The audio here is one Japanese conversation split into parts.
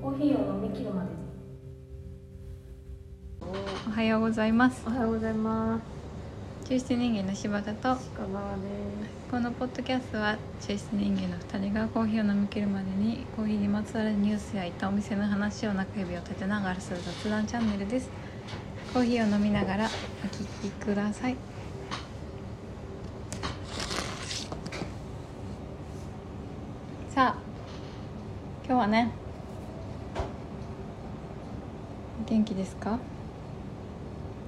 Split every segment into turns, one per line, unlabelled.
コーヒーを飲み切るまで
おはようございます
おはようございます
抽出人間の柴田と
鹿川で
このポッドキャストは抽出人間の2人がコーヒーを飲み切るまでにコーヒーにまつわるニュースや行ったお店の話を中指を立てながらする雑談チャンネルですコーヒーを飲みながらお聞きくださいさあ今日はねお元気ですか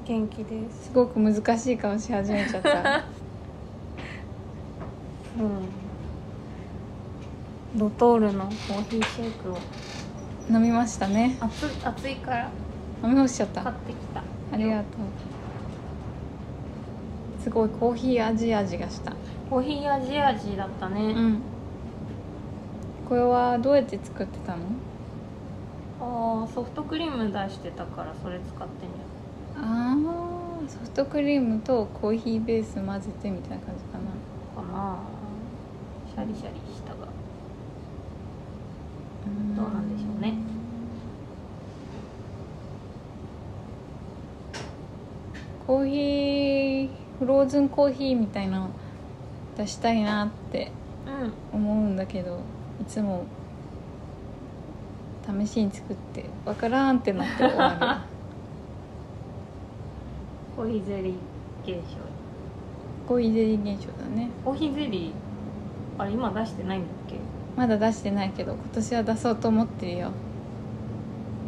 す元気です
すごく難しい顔し始めちゃった
うんドトールのコーヒーシェイクを
飲みましたね
暑暑いから
飲み干しちゃった
買ってきた
ありがとうすごいコーヒー味味がした
コーヒー味味だったね、
んこれはどうやって作ってたの
ああソフトクリーム出してたからそれ使ってんじ
ああソフトクリームとコーヒーベース混ぜてみたいな感じかな
ゃんかなシャリシャリしたがどうなんでしょうね
コーヒーフローズンコーヒーみたいなの出したいなって
うん
思うんだけどいつも試しに作ってわからんってなって終わ
コーヒーゼリー現象
るこういうゼリー現象だね
コーヒーゼリーあれ今出してないんだっけ
まだ出してないけど今年は出そうと思ってるよ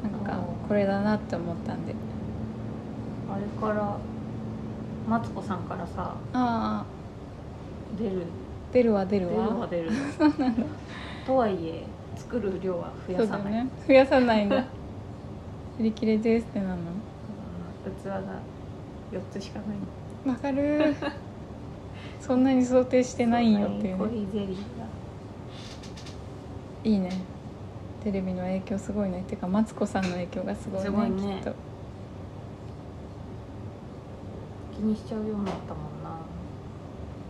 なんか
おー
これだなって思ったんで
あれからマツコさんからさ
ああ
出る
出るわ出
出
る
るは
わ
出る とはいえ作る量は増
そ
や
う
さ
だよ
ない、
ね増やさないんだ 売り切れですってなの
うん器が4つしかない
わ かるそんなに想定してないよってい
コ
う
ーヒ
ね
ーゼリー
いいねテレビの影響すごいねてかマツコさんの影響がすごいね
すごいね
きっと
が気にしちゃうようになったもんな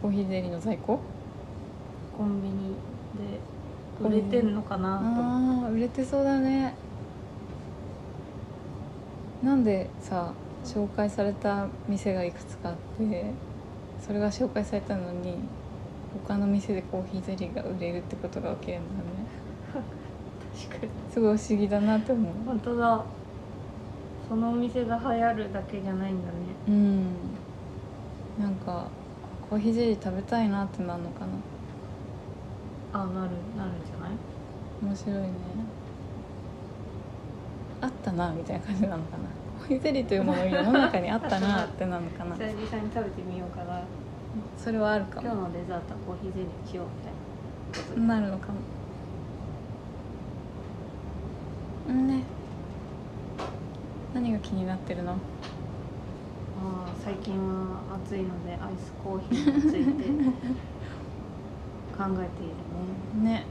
コーヒーゼリーの在庫
コンビニで売れてんのかなと思って
ああー売れてそうだねなんでさ紹介された店がいくつかあってそれが紹介されたのに他の店でコーヒーゼリーが売れるってことが起きるんだね
確かに
すごい不思議だなって思う
本当だそのお店が流行るだけじゃないんだね
うんなんかコーヒーゼリー食べたいなってなるのかな
あなるなるんじゃない
面白いねあったなみたいな感じなのかなコーヒーゼリーというものが世の中にあったなってなのか な
久々に食べてみようかな
それはあるか
今日
も
のデザートはコーヒーゼリーにしようみたいなことで
なるのかもうんね何が気になってるの
あー最近は暑いのでアイスコーヒーについて考えているね
ね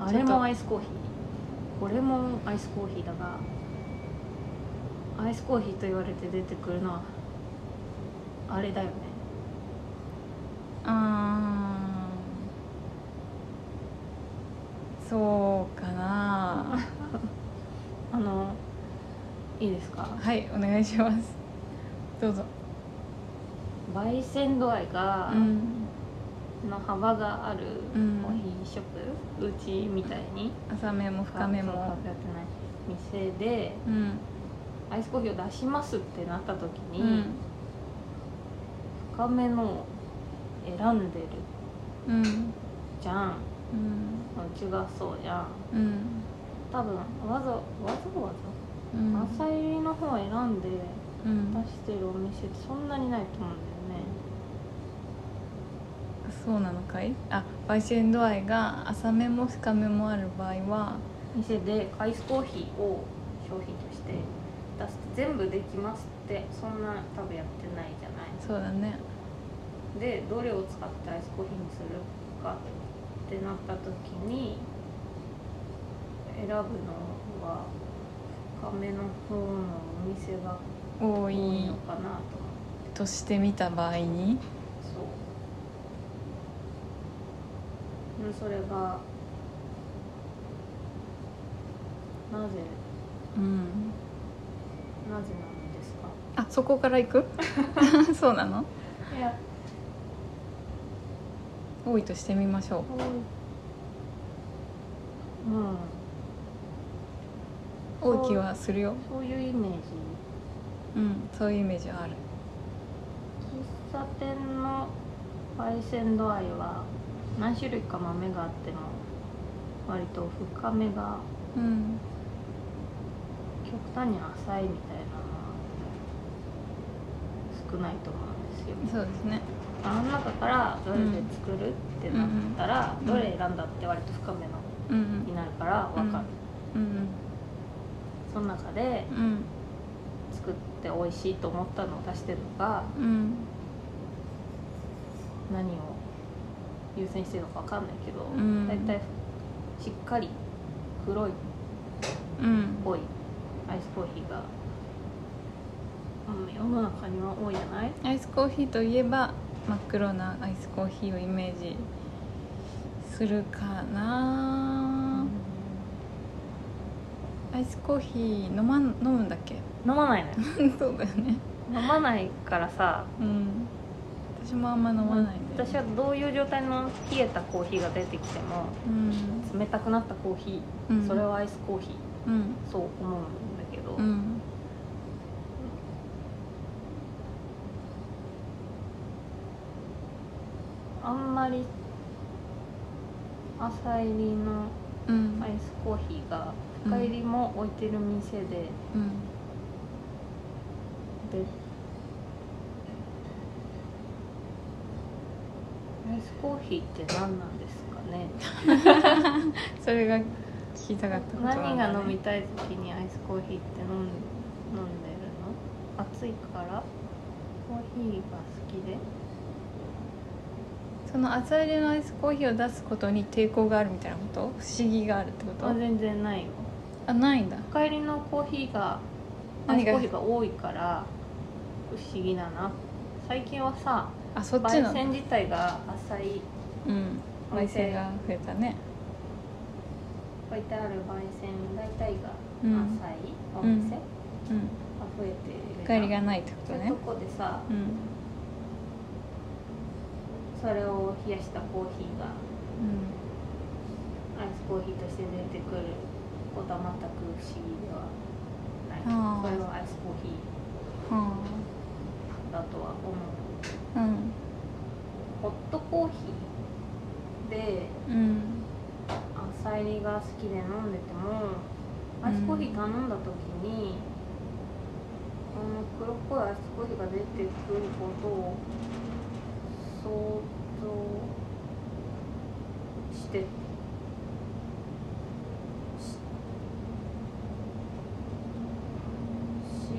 あれもアイスコーヒーこれもアイスコーヒーだがアイスコーヒーと言われて出てくるのはあれだよね
あーそうかな
あのいいですか
はいお願いしますどうぞ
焙煎度合いが、
うん
の幅があるコ
うん
ーヒーショップ、うちみたいに
浅めも深め
そうカ
も
フェやってない店で
うん
アイスコーヒーを出しますってなった時
う
に、
ん
深めのを選んでる
うん
じゃん
うん
うちがそうじゃん
うん
多分わざわざわ
うん
ざ朝入りの方を選んで
うん
出してるお店ってそんなにないと思うんだよね
そうなのかいあ焙煎度合いが浅めも深めもある場合は
店でアイスコーヒーを商品として出して全部できますってそんな多分やってないじゃない
そうだね
でどれを使ってアイスコーヒーにするかってなった時に選ぶのは深めの方のお店が
多
多い
い
のかなと
として見た場合に
そううんそれがなぜ
うん
なぜなんですか
あそこから行く そうなの
いや
多いとしてみましょ
うん
う多い気はするよ
そういうイメージ
うんそういうイメージはある
喫茶店の焙煎度合いは何種類か豆があっても割と深めが
うん
極端に浅いみたいなのは少ないと思うんですよ
そうですね
あの中からどれで作るってなったら、
うん
どれ選んだって割と深めの
うん
になるから
う
分
ん
かる、
うん
その中で
うん
作って美味しいと思ったのを出してるのが
うん
何を優先してるのか分かんないけど、
ん
だいたいしっかり黒い
うん
濃いアイスコーヒーが、うん、世の中には多いじゃない
アイスコーヒーといえば真っ黒なアイスコーヒーをイメージするかな、アイスコーヒー飲,、まん、飲むん だっけ
飲まないのよ
そうだよね
飲まないからさ
うん私もあんま飲まないんで
私はどういう状態の冷えたコーヒーが出てきても
うん、
冷たくなったコーヒ
う
ー、
ん、
それはアイスコーヒ
うん
ーそう思うんだけど、
うん
あんまり朝入りの
うん
アイスコーヒーが深入りも置いてる店で、
うん
でアイスコーヒーって何なんですかね
それが聞きたかったことなんだね
何が飲みたい時にアイスコーヒーって飲ん飲んでるの暑いからコーヒーが好きで
その朝入りのアイスコーヒーを出すことに抵抗があるみたいなこと不思議があるってこと
あ全然ないよ
あないんだ
深入りのコーヒーがアイ
何
スコ
が
ーヒーが多いから不思議だな最近はさ
あそっち
焙
の
煎自体が浅い
うん
焙煎
焙煎が増えたね
置いてある焙煎大体が
うん
浅いお店が増
うん
えている
帰り
な
がないってこ
そ
と
ういう
ね
とこでさ
うん
それを冷やしたコーヒーがアイスコーヒーとして出てくることは全く不思議ではない
あー
それはアイスコーヒー
うんは
だとは思う
あうん
ホットコーヒーで
うん
朝入りが好きで飲んでてもアイスコーヒー頼んだ時に、この黒っぽいアイスコーヒーが出てくることを想像してし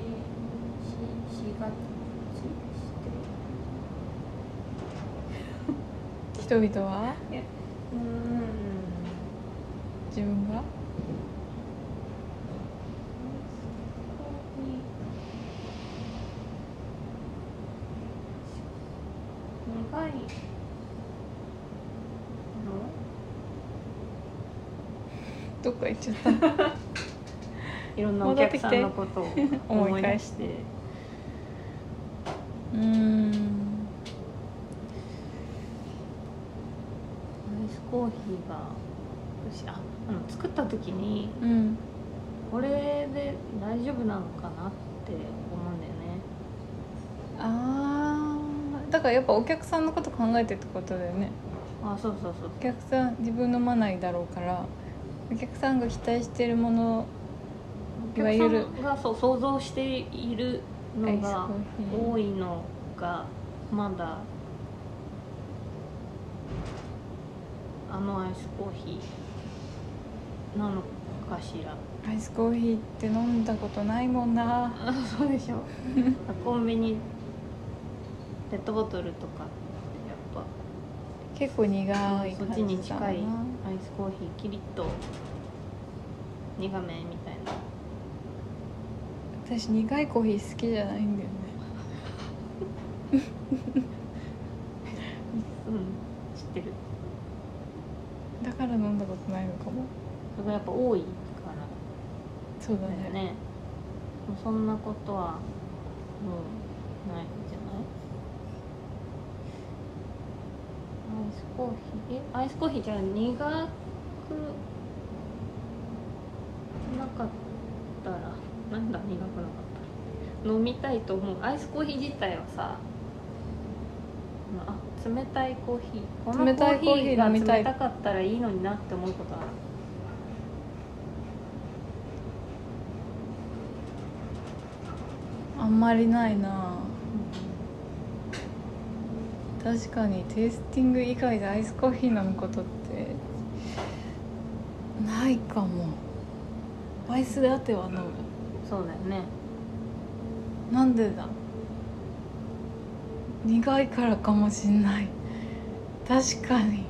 ししがちして
人々は
うーん
自分が
苦いの
どっか行っちゃった
いろんなお
戻って
客
きて
さんのことを思い出して
うん
アイスコーヒーが私ああの作った時に
うん
これで大丈夫なのかなって思うんだよね
あーだからやっぱお客さんのこと考えてってことだよね
あそうそうそう
お客さん自分飲まないだろうからお客さんが期待してるもの
お
いわゆる
客さんがそう想像している
アイ
の
スコ
が
ーヒー
多いのがまだあのアイスコーヒーなのかしら
アイスコーヒーって飲んだことないもんな
あそうでしょコンビニペットボトルとかやっぱ
結構苦い感じだ
そ
な
っちに近いアイスコーヒーキリッと苦めみたいな
私苦いコーヒー好きじゃないんだよね
うん知ってる
だから飲んだことないのかも
それがやっぱ多いから
そうだ
だよ
ね
ねもうそんなことはもうないんじゃないアイスコーヒーえアイスコーヒーじゃあ苦くなかったらなんだ苦くなかったら飲みたいと思うアイスコーヒー自体はさあ冷たいコーヒーこの
冷
コ
たい
ーヒ
コーヒー
ーが
飲みた
冷
い
たかったらいいのになって思うことはある
あんまりないな確かにテイスティング以外でアイスコーヒー飲むことってないかもアイスラテは飲む
そうだよね
なんでだ苦いからかもしんない確かに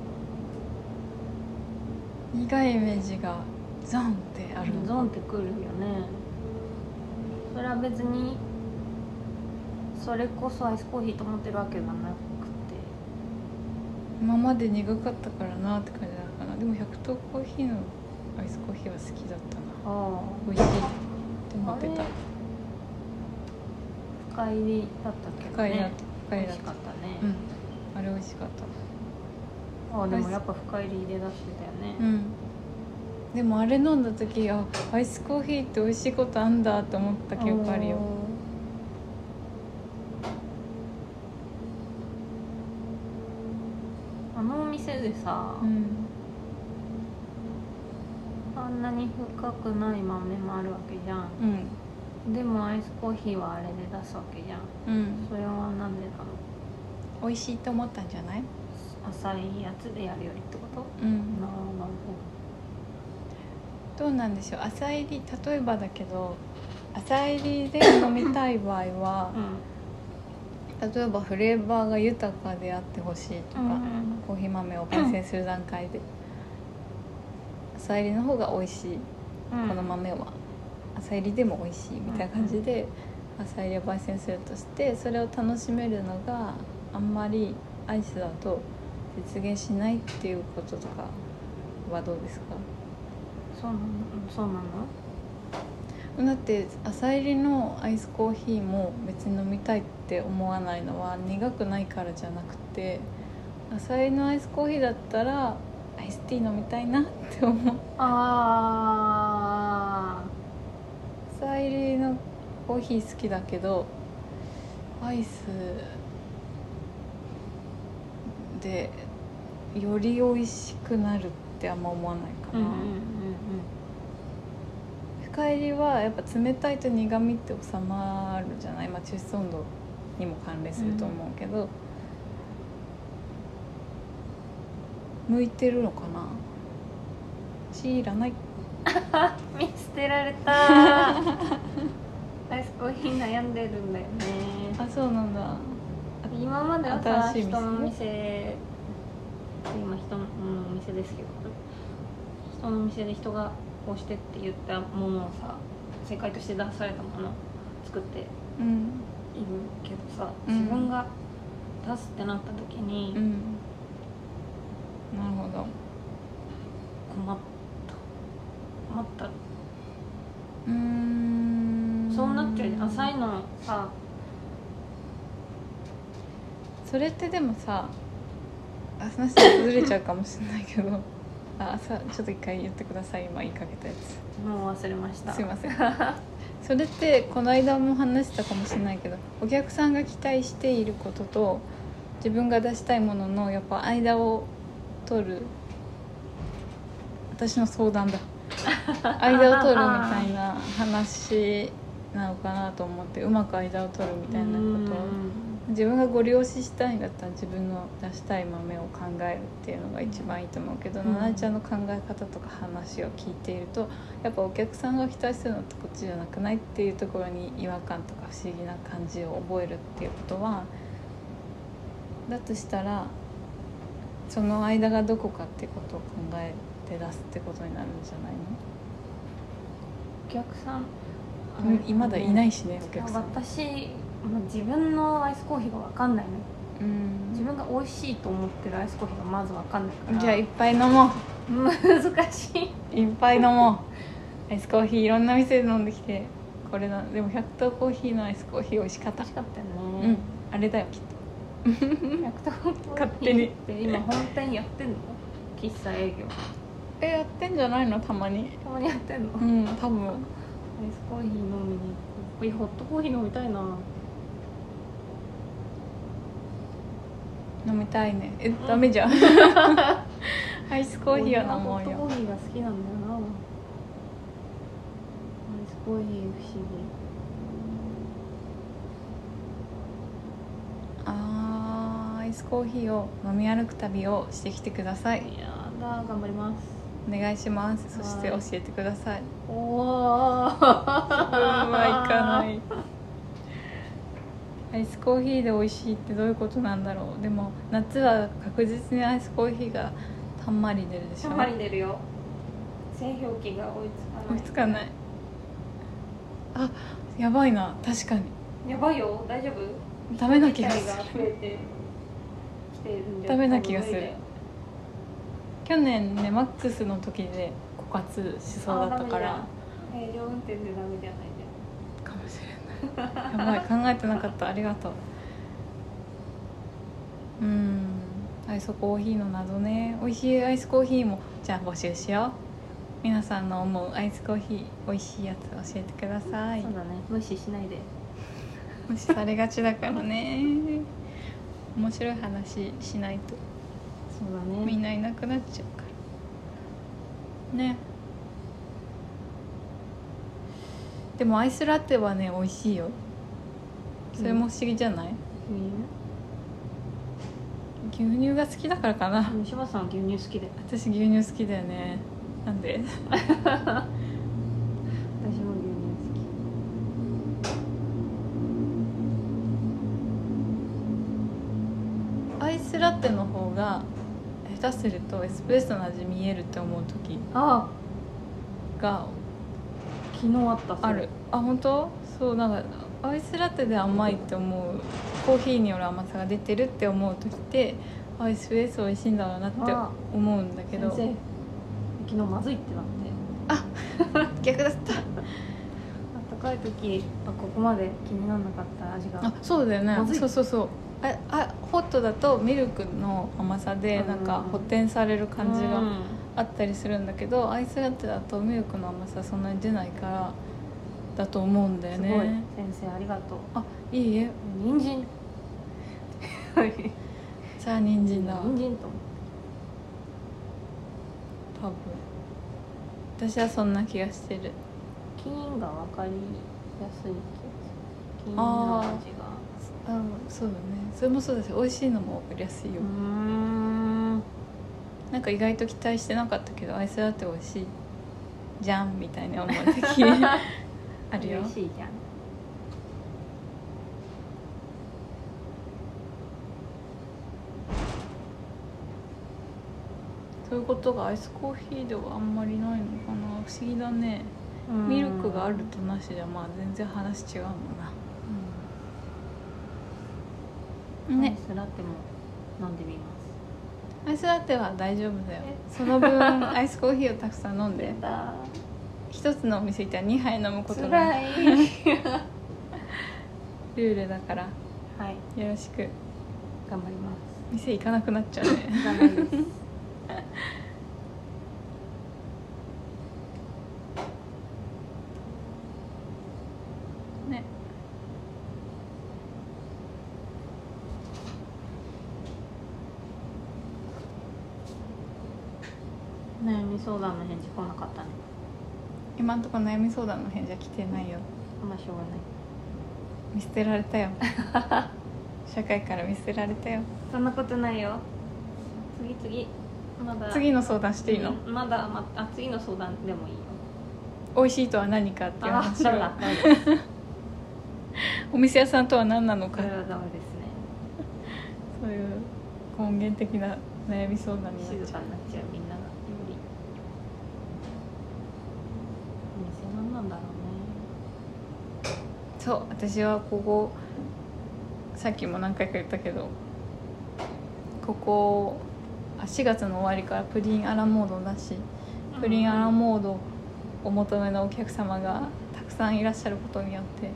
苦いイメージがザンってある
ゾーンってくるよねそれは別にそれこそアイスコーヒーと思ってるわけがなくて
今まで苦かったからなって感じなのかなでも百0コーヒーのアイスコーヒーは好きだったな
あ
美味しいって思ってた
あれあ深入りだったけどね
深いな深い
美味
な
しかったね、
うんあれ美味しかった
あでもやっぱ深入りで出してたよね、
うんでもあれ飲んだ時あアイスコーヒーって美味しいことあんだと思った記憶あるよ
あーあのお店でさ、
うん
あんなに深くない豆もあるわけじゃん
うん
でもアイスコーヒーはあれで出すわけじゃん
うん
それはなんでなの
美味しいと思ったんじゃない
浅いやつでやるよりってこと
うん
なる
どうなんでしょう朝入り例えばだけど朝入りで飲みたい場合は
ほど
例えばフレーバーが豊かであってほしいとか、
うん
コーヒー豆を焙煎する段階で朝入りの方が美味しい
うん
この豆は朝入りでも美味しいみたいな感じで朝入りを焙煎するとしてそれを楽しめるのがあんまりアイスだと実現しないっていうこととかはどうですか
そうなのうんそうなの
だって朝入りのアイスコーヒーも別に飲みたいって思わないのは苦くないからじゃなくて朝入りのアイスコーヒーだったらアイスティー飲みたいなって思う
あ
朝入りのコーヒー好きだけどアイスでより美味しくなるってあんま思わないか
うんう
な、
んうん
深入りはやっぱ冷たいと苦みって収まるじゃない、まあ、抽出温度にも関連すると思うけど、向いてるのかな血いらない
うん見捨てられた アイスコーヒー悩んでるんだよね
あそうなんだ
今まではさ
新しい
人
店
の店今人のうんお店ですけど人の店で人がこうしてって言ったものをさ正解として出されたものを作って
うん
いるけどさ
うん
自分が出すってなった時に
うんなるほど
困った困った、
うーん
そうなっちゃうじゃん浅いのさ
それってでもさあ話ずれちゃうかもしれないけどあ朝ちょっと一回言ってください今言いかけたやつ
もう忘れました
すいません それってこの間も話したかもしれないけどお客さんが期待していることと自分が出したいもののやっぱ間を取る私の相談だ 間を取るみたいな話なのかなと思ってうまく間を取るみたいなことを
うん
自分がご利用ししたいんだったら自分の出したい豆を考えるっていうのが一番いいと思うけど、
うん
ななちゃんの考え方とか話を聞いているとやっぱお客さんが期待してるのってこっちじゃなくないっていうところに違和感とか不思議な感じを覚えるっていうことはだとしたらその間がどこかってことを考えて出すってことになるんじゃないの
お客さん
いまだいないしねお
いや
客さん
私もう自分のアイスコーヒーが分かんないのよ
うん
自分が美味しいと思ってるアイスコーヒーがまず分かんないから
じゃあいっぱい飲も
難しいう
いっぱい飲もうアイスコーヒーいろんな店で飲んできてこれだでも100頭コーヒーのアイスコーヒー美味しかった
楽しかったよ
う
ね
ん、あれだよきっと
100とコーヒー
勝手に
って今本店やってんの喫茶営業
えやってんじゃないのたまに
たまにやってんのアイ
うん多分
スコーヒー飲みに行くいやホットコーヒー飲みたいな
飲みたいねえダメじゃ んアイスコーヒーは飲もう
俺はホット
よ
コーヒーが好きなんだよなアイスコーヒー不思議
あーアイスコーヒーを飲み歩く旅をしてきてください
いやだ頑張ります
お願いしますそして教
はい
えてください
おお
うまいかないアイスコーヒーで美味しいってどういうことなんだろうでも夏は確実にアイスコーヒーがたんまり出るでしょ
たまに出るよ製氷機が追い
追い
つ
つ
か
かないあやばいな確かに
ないやばいよ大丈夫
ダメな気がす
機械
る
増えてきてるんで
ダメな気がす
多
る
分無理だよ
去年ねマックスの時で枯渇しそうだったから
あダメじゃん平常運転でダメじゃないで
かもしれないやばい考えてなかったありがとううんアイスコーヒーの謎ね美味しいアイスコーヒーもじゃあ募集しよう皆さんの思うアイスコーヒー美味しいやつ教えてください
そうだね無視しないで
無視されがちだからね面白い話しないと
そうだね
みんないなくなっちゃうからねでもアイスラテはね美味しいよそれも不思議じゃない、
う
牛乳が好きだからかな、
ん柴田さんは牛乳好きで
私牛乳好きだよねなんで
私も牛乳好き
アイスラテの方が下手するとエスプレッソの味見えるって思う時
あ
が
あ昨日あったそれ
あるあ本当そうなんかアイスラテで甘いって思うコーヒーによる甘さが出てるって思う時ってアイスプレッソ美味しいんだろうなって
あ
思うんだけ
先
ど
生昨日まずいってなって
逆だった
あったかい時あここまで気にならなかった味が
あそうだよね
まずい
そうそうそうああホットだとミルクの甘さで
うん
なんか補填される感じ
うん
があったりするんだけど、アイスラテだとミルクの甘さそんなに出ないからだと思うんだよ
すごい
ね
先生ありがとう
あいいえ
人参はい
じゃあ人参だわ
人参と
多分私はそんな気がしてる
金が分かりやすい気がする金の味が
あそうだねそれもそうだし美味しいのも分かりやすいうよ、
ーん
なんか意外と期待してなかったけどアイスラテ美味しいじゃんみたいな思う 時あるよ
嬉しいじゃん
そういうことがアイスコーヒーではあんまりないのかな不思議だね
うん
ミルクがあるとなしじゃまあ全然話違うもん
うん
な
アイ
ね
スラテも飲んでみます
アイスラテは大丈夫だよ
え
その 分アイスコーヒーをたくさん飲んで
だ
一つのお店行ったら2杯飲むこと
辛
が
い
ルールだからよ
はい
ろしく
頑張ります
店行かなくなっちゃ うね
いらないです
ね
悩み相談の返事来なかったね
今んとこ悩み相談の返事は来てないよ
あんましょうがない
見捨てられたよ 社会から見捨てられたよ
そんなことないよ次次まだ
次の相談していいの、
うんまだまあ次の相談でもいいよ
美味しいとは何かっていう
あ
話
そう
を
だそうだ
お店屋さんとは何なの
こ
か、
れはダメですね
そういう根源的な悩み相談になっ
静
ちゃ
かになっちゃうみんながよりお店なんなんだろうね
そう私はここさっきも何回か言ったけどここあ4月の終わりからプリンアラモードだしプリンアラモードをお求めのお客様がたくさんいらっしゃることによって
うん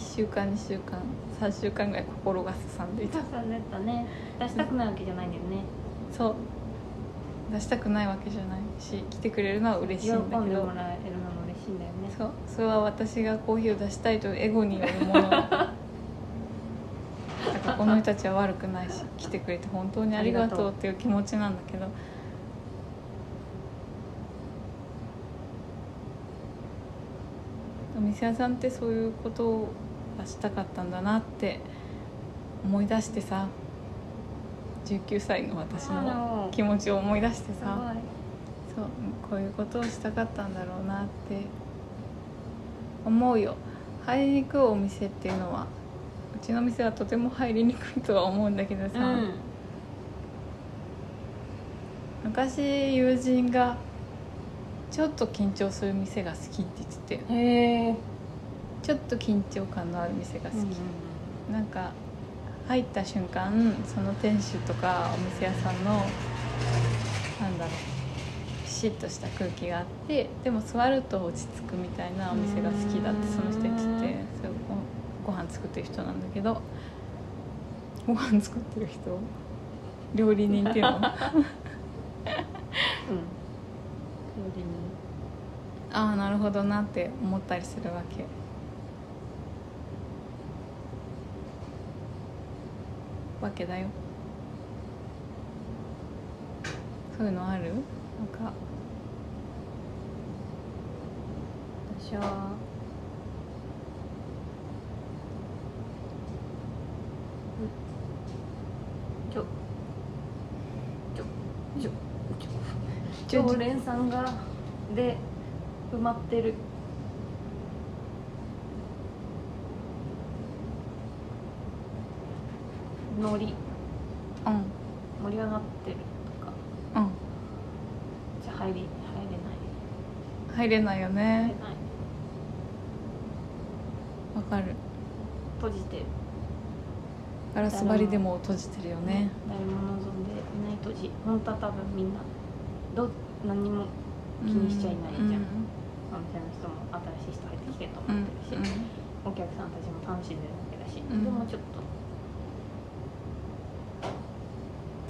1週間2週間3週間ぐらい心がすさんでいた
うん重ねたね出したくないわけじゃないんだよね
そう出したくないわけじゃないし来てくれるのは嬉しい
喜
んだ
ん
け
で
ど
もらえるのも嬉しいんだよね
そうそれは私がコーヒーを出したいというエゴによるものだからこの人たちは悪くないし来てくれて本当にありがとうっていう気持ちなんだけどお店屋さんってそういうことがしたかったんだなって思い出してさ19歳の私の気持ちを思い出して
す
さ。そうこういうことをしたかったんだろうなって思うよ入りにくいお店っていうのはうちの店はとても入りにくいとは思うんだけど
ご
さ、
いうん
昔友人がちょっと緊張する店が好きって言ってて
へえ
ちょっと緊張感のある店が好き、なんか入った瞬間その店主とかお店屋さんのなんだろうピシッとした空気があってでも座ると落ち着くみたいなお店が好きだってその人言って
うん
てそうごご飯作ってる人なんだけどご飯作ってる人料理人っていうのあ
うん料理人
あなるほどなって思ったりするわけわけだよそういうのあるなんか
私はちょちょちょちょ常連さんがで埋まってるノリ
うん
盛り上がってるとか
う
じゃあ入り入れない
ん入れないよ
入
ね
れない
わかる
閉じてる
ガラス張りでも閉じてるよね
誰も望んでいない閉じ本当は多分みんなどう何も気にしちゃいないじゃんお店の人も新しい人入ってきてると
うん
思って
う
るし、
ん
お客さんたちも楽しんでるわけだし、
ん
でもちょっ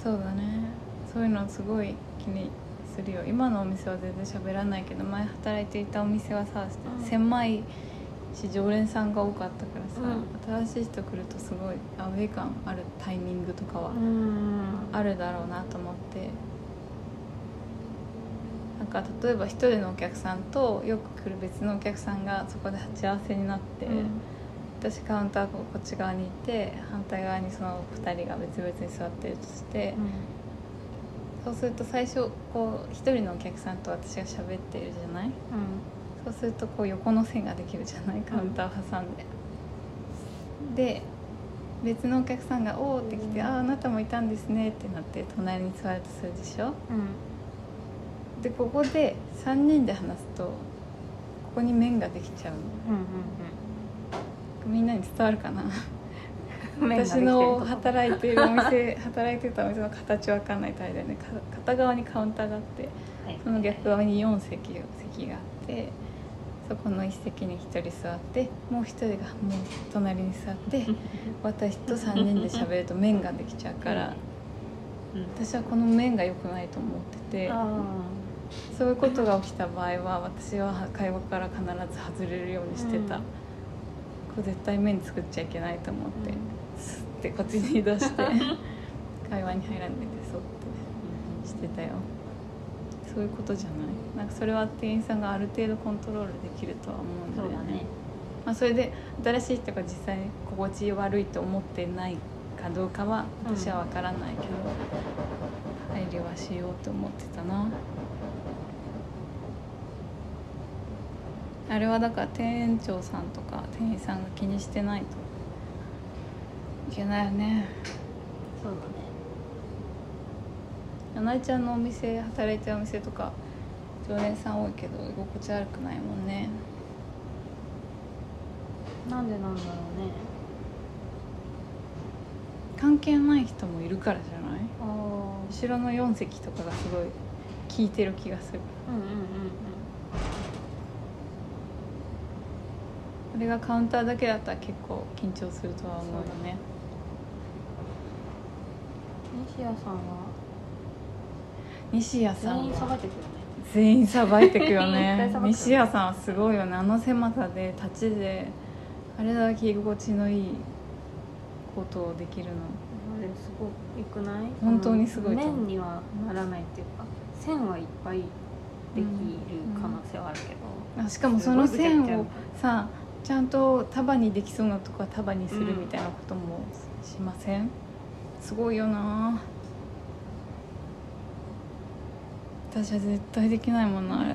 と
そうだねそういうのすごい気にするよ今のお店は全然喋らないけど前働いていたお店はさ、
うん
狭いし常連さんが多かったからさ、
う
新しい人来るとすごいアウェー感あるタイミングとかは
ん
あるだろうなと思ってなんか例えば一人のお客さんとよく来る別のお客さんがそこで鉢合わせになって、私カウンターここっち側にいて反対側にその2人が別々に座ってるとして。そうすると最初こう一人のお客さんと私が喋っているじゃないそうするとこう横の線ができるじゃないカウンターを挟んで、で別のお客さんが「おお」って来て「
うん
あああなたもいたんですね」ってなって隣に座るとするでしょでここで3人で話すとここに面ができちゃうのみんなに伝わ るかな私の働いてるお店働いてたお店の形わかんないとあれだよねか片側にカウンターがあってその逆側に4席席があってそこの1席に1人座ってもう1人がもう隣に座って 私と3人で喋ると面ができちゃうから私はこの面が良くないと思っててそういうことが起きた場合は私は会話から必ず外れるようにしてた、
うん
これ絶対面作っちゃいけないと思って、スッてこっちに移動し て会話に入らないでそうって。してたよそういうことじゃないなんかそれは店員さんがある程度コントロールできるとは思うん
そ
だよ
う
ね
だね
まあ、それで新しい人が実際に心地悪いと思ってないかどうかは
うん
私は分からないけど、配慮はしようと思ってたなあれはだから店長さんとか店員さんが気にしてないといけないよね
そうだね
やなえちゃんのお店働いてるお店とか常連さん多いけど居心地悪くないもんね
なんでなんだろうね
関係ない人もいるからじゃない
ああう
後ろの4席とかがすごい効いてる気がする
んうんうん
あれがカウンターだけだったら結構緊張するとは思うよね
うん西谷さんは
西谷さ
全
ん
員さ
は
ばいてくるね
全員さばいてくよ
全員
ね
さばく
西谷さんはすごいよねあの狭さで立ちであれだけ居心地のいいことをできるの
でもすごいくない
本当にすごいと思う
面にはならないっていうか線はいっぱいできる可能性はあるけど、
あしかもその線をさちゃんと束にできそうなとこは束にするみたいなこともしません、すごいよな私は絶対できないもんなあれ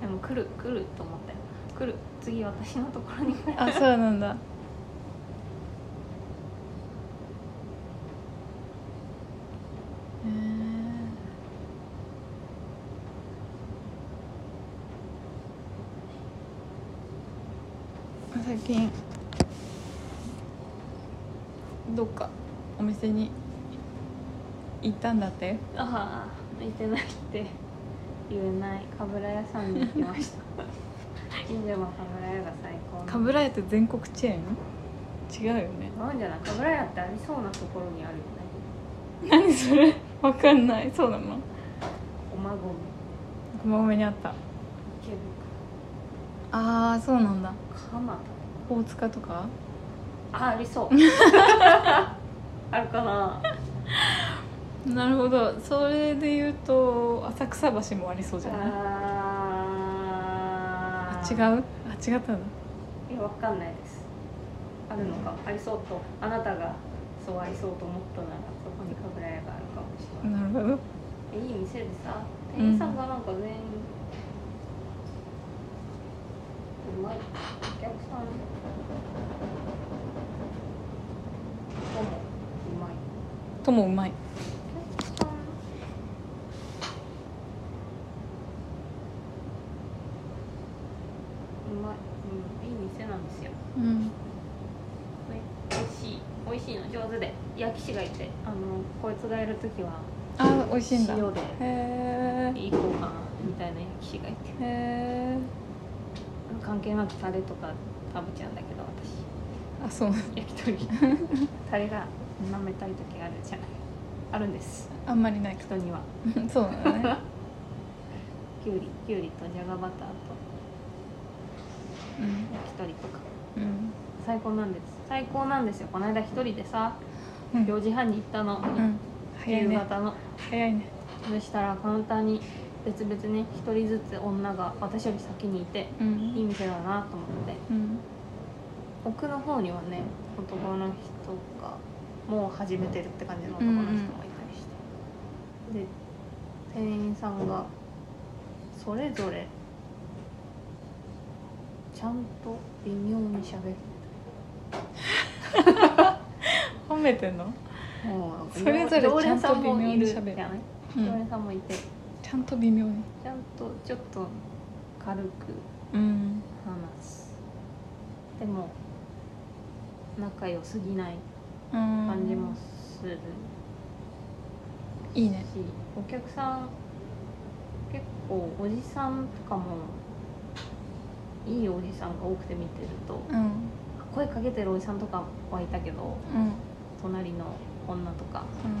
でも来る来ると思ったよ来る次私のところに来る
あそうなんだへえ最近どっかお店に行ったんだって
ああ行ってないって言えないかぶら屋さんに行きました近所のかぶら屋が最高
かぶら屋って全国チェーン違うよね
なんじゃないかぶら屋ってありそうなところにあるよね
何それわかんないそうなの
おまごめ
熊本にあった
池
ああそうなんだ
袋蒲
大塚とか
田あありそうあるかな
なるほどそれで言うと浅草橋もありそうじゃないあ
あ
違う
う
あ違ったんだ
いやわかんないですあるのかありそうとあなたがそうありそうと思ったならそこにかぶら屋があるかもしれない
なるほど
いい店でさ店員さんがなんか全員、うまいお客さんともうまい
ともうまい
お客さんうまい、うん、いい店なんですよ
うん
おい美味しい美味しいの上手で焼き師がいてあのこいつがいる時は
あ美味しいんだへ
塩で
え
行こうかなみたいな焼き師がいて
へえ
関係なくタレとか食べちゃうんだけど私
あそう
焼き鳥 タレが舐めたい時あるじゃないあるんです
あんまりないけ
人には
どそうなんだ ね
きゅうりきゅうりとじゃがバターと焼き鳥とか
うん、うん
最高なんです最高なんですよこの間一人でさ
うん
4時半に行ったの、
うん、早い
夕
ね
方の
早いね
そしたらカウンターに別々に1人ずつ女が私より先にいて
う
いい
ん、
店だなと思って
うん、
奥の方にはね男の人がもう始めてるって感じの男の人もいたりして、で店員さんがそれぞれちゃんと微妙に喋る
褒めてんの、
もう
それぞれ
常連さも
ちゃんと微妙に喋る
いじゃない
うん
常連さんもいて
ちゃんと微妙に
ちゃんとちょっと軽く
うん
話すでも仲良すぎない
感
感じもする、
いいね
しお客さん結構おじさんとかもいいおじさんが多くて見てると
うん
声かけてるおじさんとかはいたけど
うん
隣の女とか
うん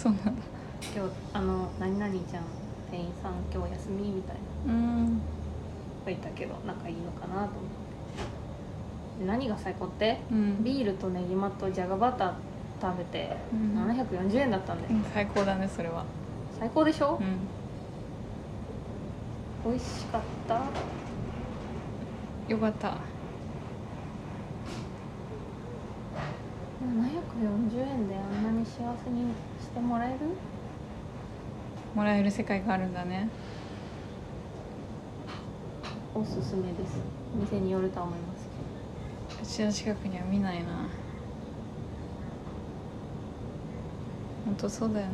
そうなんだ
「今日あの何々ちゃん店員さん今日休み」みたいな
うん
子がいたけど仲いいのかなと思ってで何が最高って
うん
ビールとねぎまとじゃがバター食べて
うん
740円だったんで
うん最高だねそれは
最高でしょ
うん
美味しかった
よかった
740円であんなに幸せにしてもらえる
もらえる世界があるんだね
おすすめです店によるとは思いますけ
うちの近くには見ないな本当そうだよね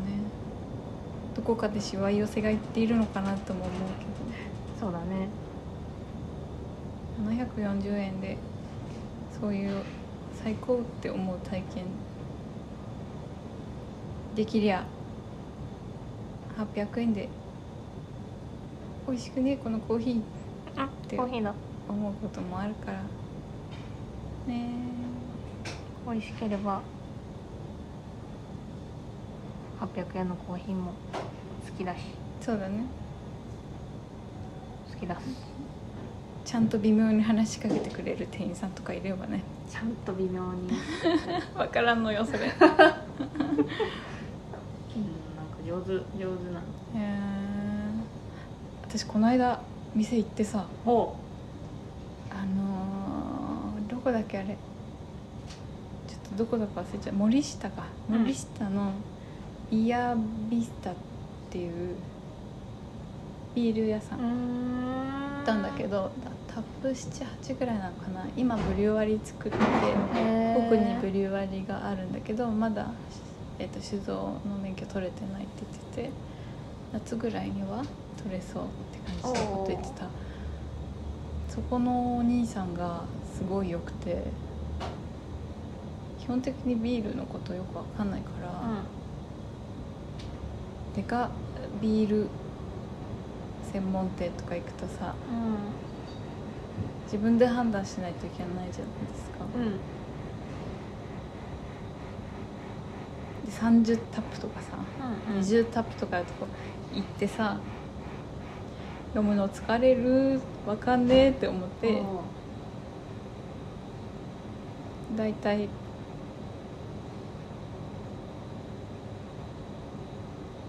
どこかでしわ寄せが行っているのかなとも思うけ
どそうだね
740円でそういう最高って思う体験できりゃ800円で美味しくねこのコーヒーっ
あ
て
コーヒーだ
思うこともあるからね
美味しければ800円のコーヒーも好きだし
えそうだね
好きだし
ちゃんと微妙に話しかけてくれる店員さんとかいればね
ちゃんと微妙にうん
分からんのよそれへ
なんか上手上手な
え私この間店行ってさ
ほ
あのーどこだっけあれちょっとどこだか忘れちゃう森下か
うん
森下のイヤビスタっていうビール屋さん
う
行
ん
ったんだけどタップ78ぐらいなのかな今ブリュワリー作って奥にブ
リ
リュワリーがあるんだけどまだ、えー、と酒造の免許取れてないって言ってて夏ぐらいには取れそうって感じのこと言ってたそこのお兄さんがすごい良くて基本的にビールのことよくわかんないから、でかビール専門店とか行くと
う
さ自分で判断しないといけないじゃないですか。
んうん
で30タップとかさ
うんうん
20タップとかのとこ行ってさ読むの疲れるわかんねえって思って
ほ
大体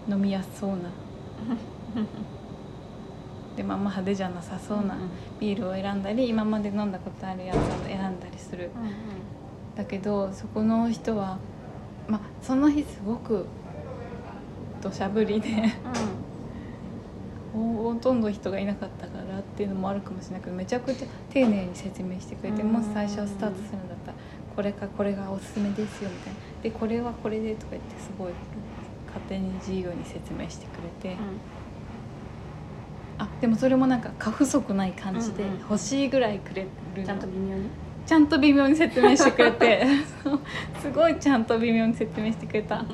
飲みや すそうなでまああんま派手じゃなさそうな
うんうん
ビールを選んだり今まで飲んだことあるやつを選んだりする
ううんうん
だけどそこの人はまあその日すごく土砂降りで。ほとんど人がいなかったからっていうのもあるかもしれないけどめちゃくちゃ丁寧に説明してくれて
うん
もし最初スタートするんだったらこれかこれがおすすめですよみたいなでこれはこれでとか言ってすごい勝手に自由に説明してくれて、あでもそれもなんか過不足ない感じで
うんうん
欲しいぐらいくれる
う
の
んちゃんと微妙に
ちゃんと微妙に説明してくれて そうすごいちゃんと微妙に説明してくれた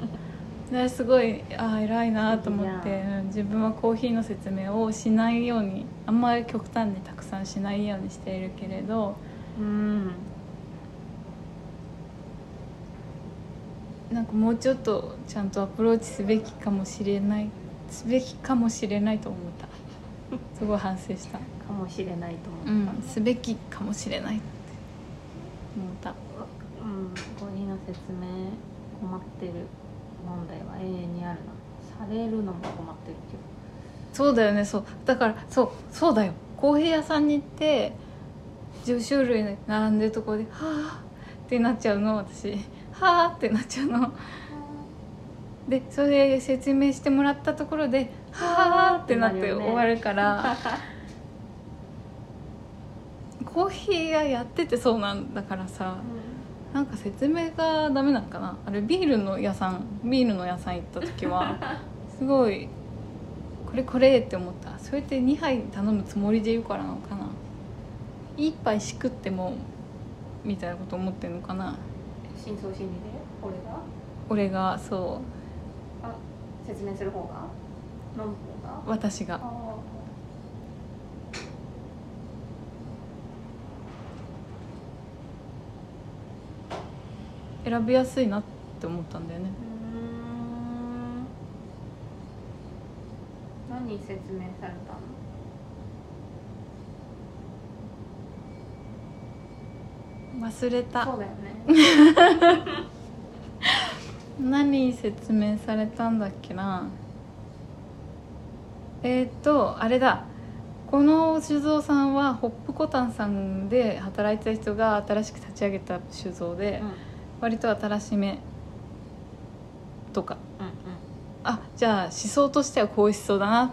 ですごいああ偉いなと思って
いい
うん自分はコーヒーの説明をしないようにあんまり極端にたくさんしないようにしているけれど
うん
なんかもうちょっとちゃんとアプローチすべきかもしれないすべきかもしれないと思ったすごい反省した、
かもしれないと思っ
う
た
ん、すべきかもしれないって思った
うん、ゴリの説明困ってる問題は永遠にあるなされるのも困ってるけど
そうだよねそうだからそうそうだよコーヒー屋さんに行って10種類並んでるとこで「はあ」ってなっちゃうの私「はあ」ってなっちゃうのでそれで説明してもらったところで「はあ」ってなっ
なる
て
よね
終わる からコーヒー屋やっててそうなんだからさなんか説明がダメなのかなあれビールの屋さんビールの屋さん行った時はすごいこれこれって思ったそれって2杯頼むつもりで言うからなのかな1杯しくってもみたいなこと思ってんのかな
深層心理で俺が
俺がそ
あ説明する方が飲む方が
う私が
あ
選びやすいなって思ったんだよ
ー
ね
うーん何説明されたの
忘れた
そうだよね
何説明されたんだっけなえーっとあれだこの酒造さんはホップコタンさんで働いてた人が新しく立ち上げた酒造で、
うん
割と新しめとか
う
あじゃあ思想としてはこういう思想だなん
うん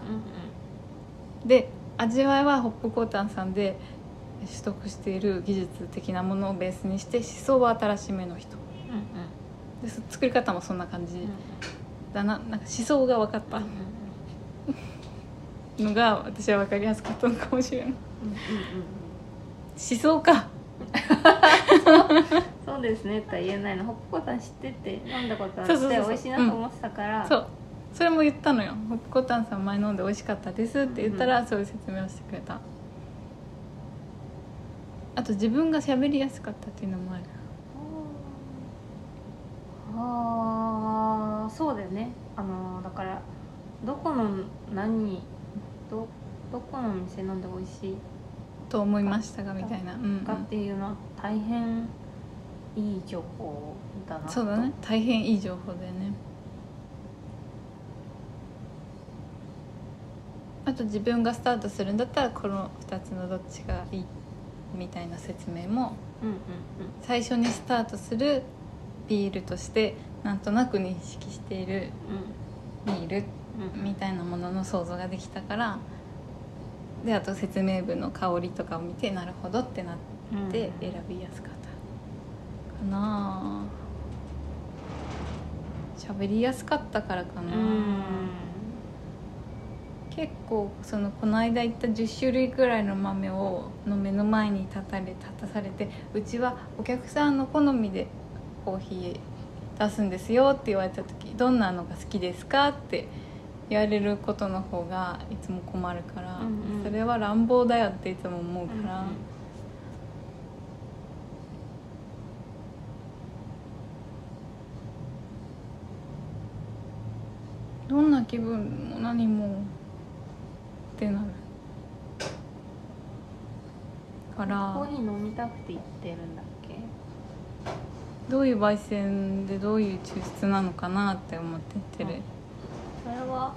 うん
で味わいはホップコータンさんで取得している技術的なものをベースにして思想は新しめの人
うんうん
でそ作り方もそんな感じ
うん
だななんか思想が分かった
うん
のが私は分かりやすかったのかもしれ
う
ない
んうんうんうん
思想か
そうですねとは言えないのほっぽこさん知ってて飲んだことあって
そうそうそうそう
美味しいなと思ってたから、
そうそれも言ったのよ「ホップコタンさん前飲んで美味しかったです」って言ったら、そういう説明をしてくれたあと自分が喋りやすかったっていうのもある
ああそうだよねあのだからどこの何どどこの店飲んで美味しい
と思いましたがみたいな、うんうん
かっていうのは大変いい情報だなと
そうだね大変いい情報だよねあと自分がスタートするんだったらこの2つのどっちがいいみたいな説明も
うんうん
最初にスタートするビールとしてなんとなく認識しているビール
うんうん
みたいなものの想像ができたからであと説明文の香りとかを見てなるほどってなっ
うん
て選びやすかったかなあ喋りやすかったからか
う
な、
ん
結構そのこの間行った10種類くらいの豆をの目の前に立たれ立たされてうちはお客さんの好みでコーヒー出すんですよって言われた時どんなのが好きですかって言われることの方がいつも困るから、
うんうん
それは乱暴だよっていつも思うから、
うんうん
どんな気分も何もってなるから
コーヒー飲みたくて行ってるんだっけ
どういう焙煎でどういう抽出なのかなって思っててる、
うんそれは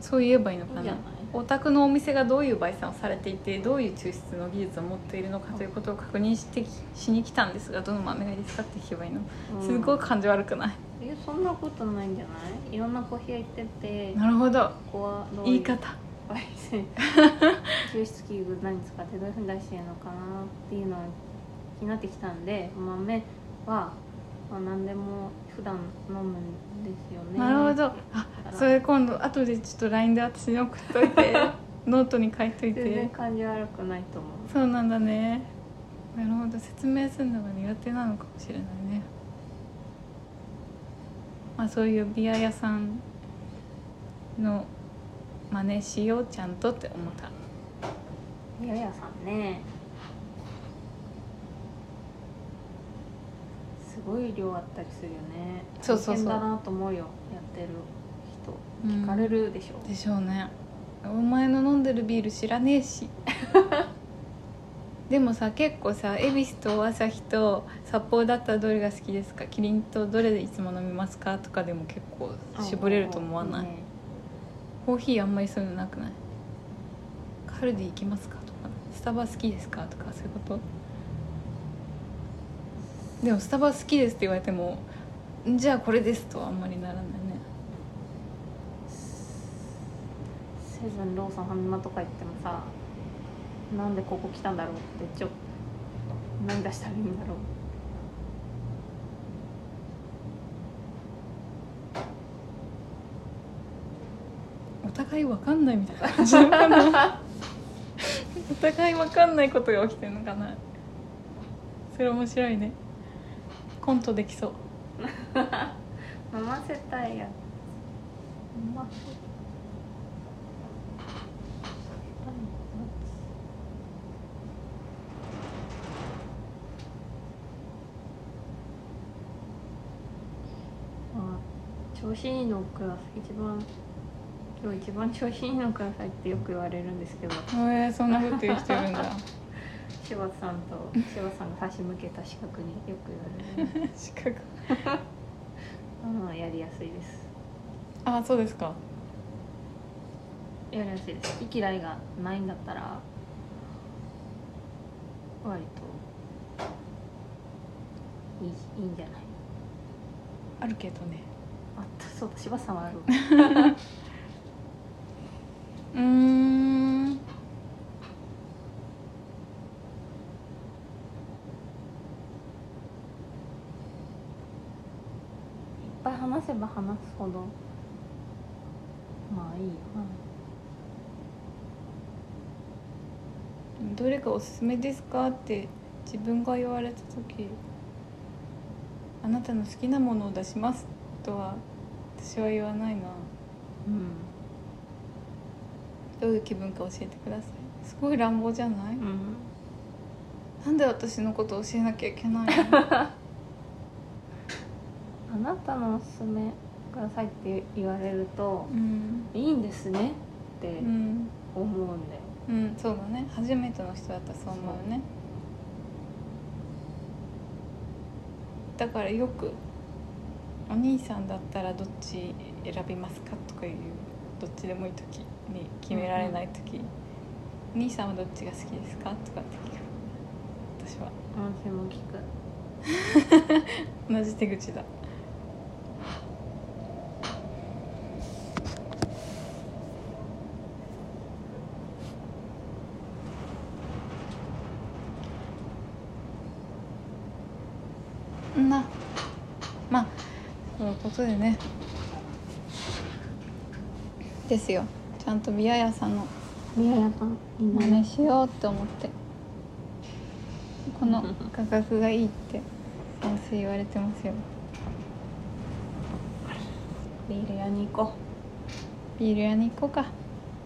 そう言えばいいのか
いい
な
じゃない
お宅のお店がどういう焙煎をされていてどういう抽出の技術を持っているのかということを確認してきしに来たんですがどの豆がいいですかって聞けばいいの、
うん
すごい感じ悪くない
えそんなことないんじゃないいろんなコーヒー屋行ってて
なるほど
ここはどう
言
い
いう方
焙煎 抽出器具何使ってどういうふうに出してるのかなっていうのが気になってきたんで豆は、まあ、何でも普段飲むんですよね
なるほどあそれ今度後でちょっと LINE で私に送っとい てノートに書いとい
全然
て
感じ悪くないと思う
そうなんだねなるほど説明するのが苦手なのかもしれないねまあそういうビア屋さんの真似しようちゃんとって思った
ややさんねすごい量あったりするよね
そうそうそう
大変だなと思うよやってる人
うん
聞かれるでしょ、
でしょうねお前の飲んでるビール知らねえし でもさ結構さ恵比寿と朝日と札幌だったらどれが好きですかキリンとどれでいつも飲みますかとかでも結構絞れると思わない
ね
コーヒーあんまりそういうのなくないカルディ行きますかとかスタバ好きですかとかそういうことでもスタバ好きですって言われてもじゃあこれですとはあんまりならないね
セブンローソンファミマとか行ってもさなんでここ来たんだろうってちょ何出したらいいんだろう
お互いわかんないみたいな感じなのか なお互いわかんないことが起きてるのかなそれ面白いねコントできそう
飲ませたいや飲ませたいあ調子いいのクラス一番今日一番調子いいのくださいってよく言われるんですけど
えー、そんなこと言う人いる んだ
柴田さんと柴田さんが差し向けた資格によく言われる
資格
うんやりやすいです
ああそうですか
やりやすいです好き嫌いがないんだったら割といいいいんじゃない
あるけどね
あったそうだ柴田さんはある
うーん
いっぱい話せば話すほどまあいいよな
うーうん、どれがおすすめですかって自分が言われた時「あなたの好きなものを出します」とは私は言わないな
うん
どういう気分か教えてくださいすごい乱暴じゃない、
うん
なんで私のこと教えなきゃいけない
あなたのおすすめくださいって言われると
の、う、ん
いいんですねって
うん
思うんだよ、
うん、そうだね初めての人だったらそう思うよねだからよく「お兄さんだったらどっち選びますか?」とかいうどっちでもいい時に決められない時「お兄さんはどっちが好きですか?」とかって聞く私は
私も聞く
同じ手口だんなまあそういうことでねですよちゃんとビアヤさんの
いややっぱみんな
真
ね
似しようって思ってこの価格がいいって先生言われてますよ
ビール屋に行こ
ビール屋に行こうか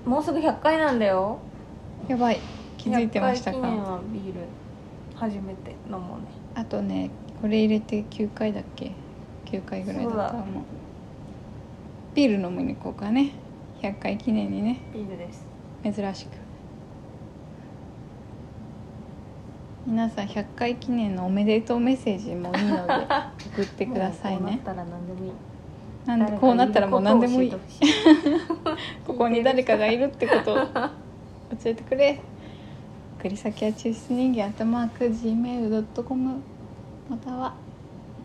うもうすぐ100回なんだよ
やばい気づいてました
100回記念
か
はビール初めて飲もうね
あとねこれ入れて9回だっけ9回ぐらいだったと
そう
思うビール飲みに行こうかね100回記念にね
ビールです
珍しく皆さん100回記念のおめでとうメッセージもいい ので送ってください
もうこ
ね
うなったら何でもいい
なんでこうなったらもう何でもいい
誰かに言うことを教えてほしい
ここに誰かがいるってことを教えてくれ送り先は抽出人間アットマーク Gmail.com または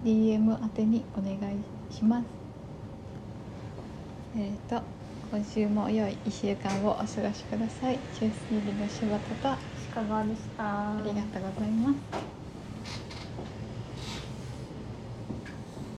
DM 宛てにお願いしますえっ、と今週も良い1週間をお過ごしください抽出人間の柴田とあ
鹿川でした
りがとうございます